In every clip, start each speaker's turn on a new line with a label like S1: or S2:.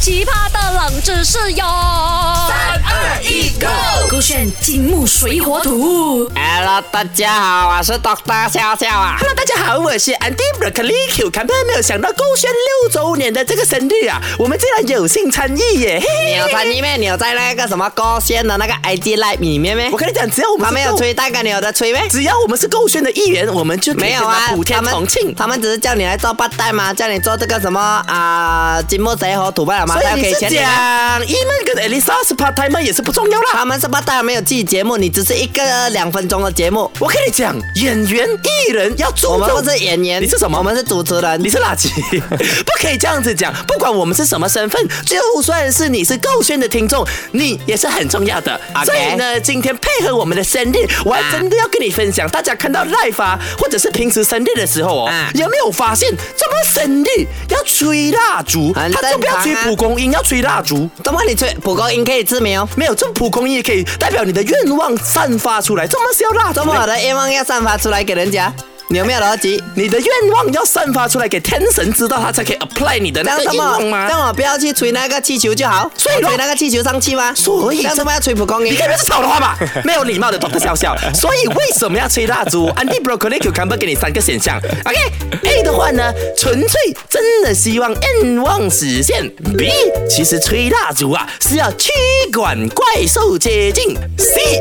S1: 奇葩的冷知识哟！三
S2: 二一，Go！
S1: 勾选金木水火土。
S3: Hello，大家好，我是 Doctor 笑笑 啊。
S2: Hello，大家好，我是 Andy Broccoli Q。看不没有想到勾选六周年的这个生日啊，我们竟然有幸参与耶！嘿嘿
S3: 你有参与没？你有在那个什么高线的那个 IG Live 里面没
S2: 我？跟你讲，只要我们
S3: 他
S2: 是
S3: 们有
S2: 勾，
S3: 吹蛋糕，你有在吹没？
S2: 只要我们是勾选的一员，我们就可以
S3: 没有
S2: 跟他
S3: 啊，
S2: 普天
S3: 他们
S2: 同庆。
S3: 他们只是叫你来做八代嘛，叫你做这个什么啊，金木水火土罢了嘛，
S2: 所以
S3: 他又
S2: 你
S3: 给
S2: 是
S3: 钱你啊。
S2: 讲伊曼跟 Elisa 是 part time 吗也是不重要啦。
S3: 他们是八代没有记节目，你只是一个两分钟的节目。
S2: 我跟你讲，演员艺人要
S3: 我
S2: 注
S3: 们
S2: 重
S3: 不是演员，
S2: 你是什么
S3: 我们是主持人。
S2: 你是垃圾， 不可以这样子讲。不管我们是什么身份，就算是你是够炫的听众，你也是很重要的。
S3: OK
S2: 所以呢，今天配合我们的生日，我还真的要跟你分享。大家看到 live 啊，或者是平时生日的时候哦，
S3: 啊
S2: 有没有发现，怎么生日要吹蜡烛？
S3: 很
S2: 他就不
S3: 正常
S2: 要
S3: 啊
S2: 吹蒲公英，要吹蜡烛。
S3: 怎么你吹蒲公英可以吃没有？
S2: 没有，这蒲公英也可以代表你的愿望散发出来，这么是要蜡烛
S3: 这么好的愿望要散发出来给人家，你有没有逻辑？
S2: 你的愿望要散发出来，给天神知道，他才可以 apply 你的
S3: 这
S2: 那个
S3: 样怎
S2: 愿
S3: 么
S2: 望？吗
S3: 这？样我不要去吹那个气球就好，
S2: 所以
S3: 我
S2: 咯
S3: 吹那个气球上去吗？
S2: 所以
S3: 这样
S2: 这
S3: 怎么要吹蒲公
S2: 你
S3: 英？
S2: 该不是少的话 吧？没有礼貌的 d r 笑笑。所以为什么要吹蜡烛？Andy Broccoli cucumber 给你三个选项。OK，A 的话呢，纯粹真的希望愿望实现。B，其实吹蜡烛啊是要驱赶怪兽接近。C，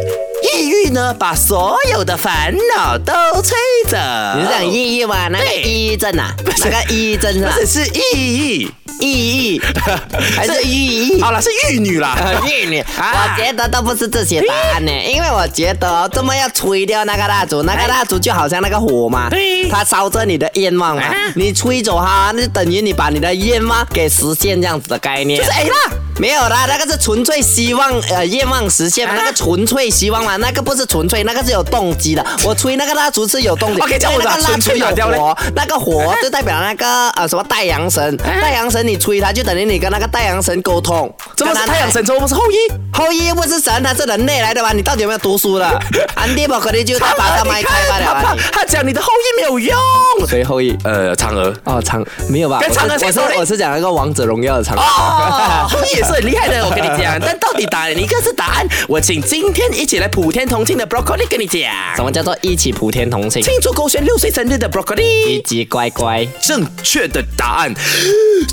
S2: 抑郁呢把所有的烦恼都吹走。
S3: 你是讲抑郁吗？那个
S2: 对
S3: 抑郁症啊，那个抑郁症是吧？
S2: 不是是抑郁。
S3: 抑郁啊还是抑郁？
S2: 好了，是玉女啦。
S3: 玉女，
S2: 啊
S3: 我觉得都不是这些答案呢，因为我觉得哦这么要吹掉那个蜡烛，那个蜡烛就好像那个火嘛
S2: 对，
S3: 它烧着你的愿望嘛
S2: 啊，
S3: 你吹走它，那就等于你把你的愿望给实现这样子的概念。
S2: 就是哎 A 啦。
S3: 没有啦，那个是纯粹希望呃愿望实现嘛，
S2: 啊
S3: 那个纯粹希望嘛，那个不是纯粹，那个是有动机的。我吹那个蜡烛是有动机，
S2: OK，这样我
S3: 因为那个
S2: 把
S3: 蜡
S2: 纯
S3: 烛
S2: 粹
S3: 有
S2: 打掉嘞
S3: 火，那个火 就代表那个呃什么太阳神，
S2: 啊
S3: 太阳神你吹它就等于你跟那个太阳神沟通。
S2: 怎么是
S3: 跟他
S2: 太阳神州？我们是后羿。
S3: 后羿又不是神，他是人类来的吧？你到底有没有读 书了？安迪宝可能就他把他麦开罢了
S2: 他
S3: 吧
S2: 怕
S3: 你。
S2: 他讲你的后羿没有用。
S3: 谁后羿？
S2: 呃，嫦娥。
S3: 哦，嫦没有吧？
S2: 跟
S3: 我是
S2: 嫦娥
S3: 我
S2: 谁
S3: 是
S2: 说的
S3: 我是讲那个王者荣耀的嫦娥。
S2: 哦，后羿也是很厉害的，我跟你 讲。但到底打哪一个是答案？我请今天一起来普天同庆的 Broccoli 跟你 讲。
S3: 什么叫做一起普天同庆？
S2: 庆祝勾选六岁生日的 Broccoli，
S3: 一级乖乖。
S2: 正确的答案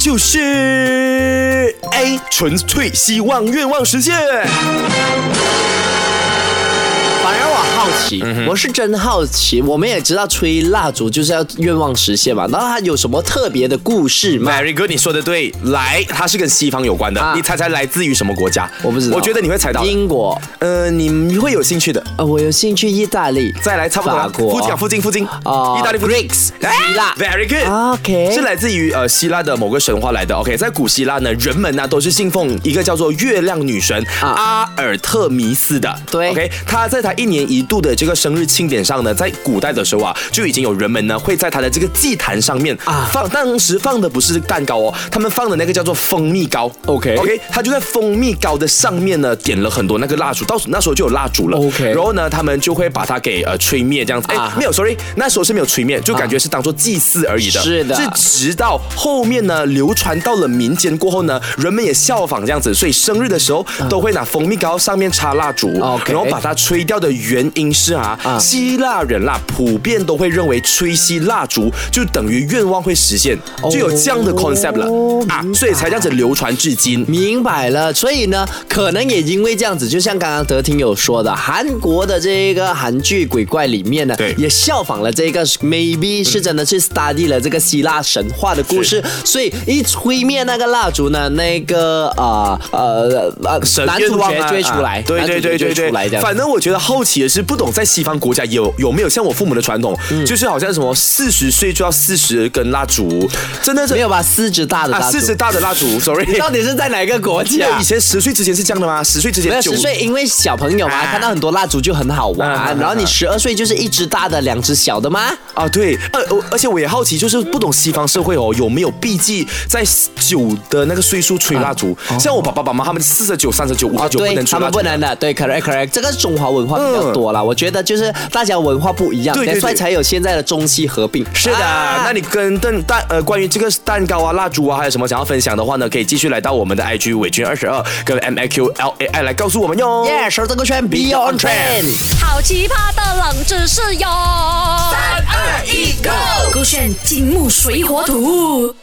S2: 就是 A，纯粹希望愿望实现。
S4: 反而我好奇，
S2: 嗯
S4: 我是真好奇。我们也知道吹蜡烛就是要愿望实现嘛，然后它有什么特别的故事吗？
S2: Very good，你说的对。来，它是跟西方有关的，
S4: 啊
S2: 你猜猜来自于什么国家？
S4: 我不知道，
S2: 我觉得你会猜到的。
S4: 英国，
S2: 呃，你会有兴趣的。
S4: 呃，我有兴趣意大利，
S2: 再来，差不多了。
S4: 法国
S2: 附近啊，附近，附近。
S4: 哦
S2: 意大利附近。
S4: Greeks，
S2: 哎
S4: 希腊
S2: Very good。
S4: 啊，OK
S2: 是来自于呃希腊的某个神话来的。OK，在古希腊呢，人们呢都是信奉一个叫做月亮女神
S4: 啊
S2: 阿尔特弥斯的。
S4: 对
S2: ，OK，她在她一年一度的这个生日庆典上呢，在古代的时候啊，就已经有人们呢会在她的这个祭坛上面
S4: 啊
S2: 放，当时放的不是蛋糕哦，他们放的那个叫做蜂蜜糕。
S4: OK
S2: OK，他就在蜂蜜糕的上面呢点了很多那个蜡烛，到那时候就有蜡烛了。
S4: OK
S2: 然后呢，他们就会把它给呃吹灭这样子。哎、
S4: 啊
S2: 没有，sorry，那时候是没有吹灭，就感觉是当做祭祀而已的。
S4: 是的
S2: 是直到后面呢流传到了民间过后呢，人们也效仿这样子，所以生日的时候都会拿蜂蜜糕上面插蜡烛
S4: 啊 OK
S2: 然后把它吹掉的原因是啊，
S4: 啊
S2: 希腊人啦普遍都会认为吹熄蜡烛就等于愿望会实现，就有这样的 concept 了、啊，所以才这样子流传至今。
S4: 明白了，所以呢，可能也因为这样子，就像刚刚德听有说的，韩国的这个韩剧鬼怪里面呢，
S2: 对嗯
S4: 也效仿了这个，maybe 是真的去 study 了这个希腊神话的故事，所以一吹灭那个蜡烛呢，那个呃呃呃
S2: 神
S4: 男
S2: 愿
S4: 主
S2: 望
S4: 角
S2: 啊
S4: 就会出
S2: 啊
S4: 来，
S2: 对
S4: 男
S2: 对
S4: 主
S2: 对
S4: 角就会
S2: 对对，
S4: 出来这样子。
S2: 反正我觉得好奇的是，不懂在西方国家有有没有像我父母的传统，就是好像什么四十岁就要四十根蜡烛，真的是
S4: 没有吧？四指大的
S2: 啊，
S4: 蜡烛，
S2: 四十大的蜡烛，sorry。
S4: 你到底是在哪个国
S2: 没有
S4: 家
S2: 以？前十岁之前是这样的吗？十岁之
S4: 没
S2: 前
S4: 有
S2: 九
S4: 十岁，因为小朋友嘛，
S2: 啊
S4: 看到很多蜡烛就很好玩。
S2: 啊啊啊
S4: 然后你十二岁就是一只大的，两只小的吗？
S2: 啊，对，而而而且我也好奇，就是不懂西方社会哦，有没有避忌在九的那个岁数吹蜡烛？像我爸爸妈妈他们四十九、三十九、五
S4: 哦，
S2: 十九不
S4: 对
S2: 能，
S4: 他
S2: 吹蜡
S4: 们
S2: 烛
S4: 不。能的，对，correct correct，这个是中华文化比较多
S3: 啦。我觉得就是大家文化不一样，
S2: 嗯对对对
S3: 所以才有现在的中西合并。
S2: 是的，
S3: 啊
S2: 那你跟蛋蛋呃，关于这个蛋糕啊、蜡烛啊，还有什么想要分享的话呢？可以继续来到我们的 IG 伟君二十二跟 M I Q L A I 来告诉我们哟。
S3: Yeah，手这个圈 Beyond Trend。
S1: 好奇葩的冷知识哟！三二一，Go！勾选金木水火土。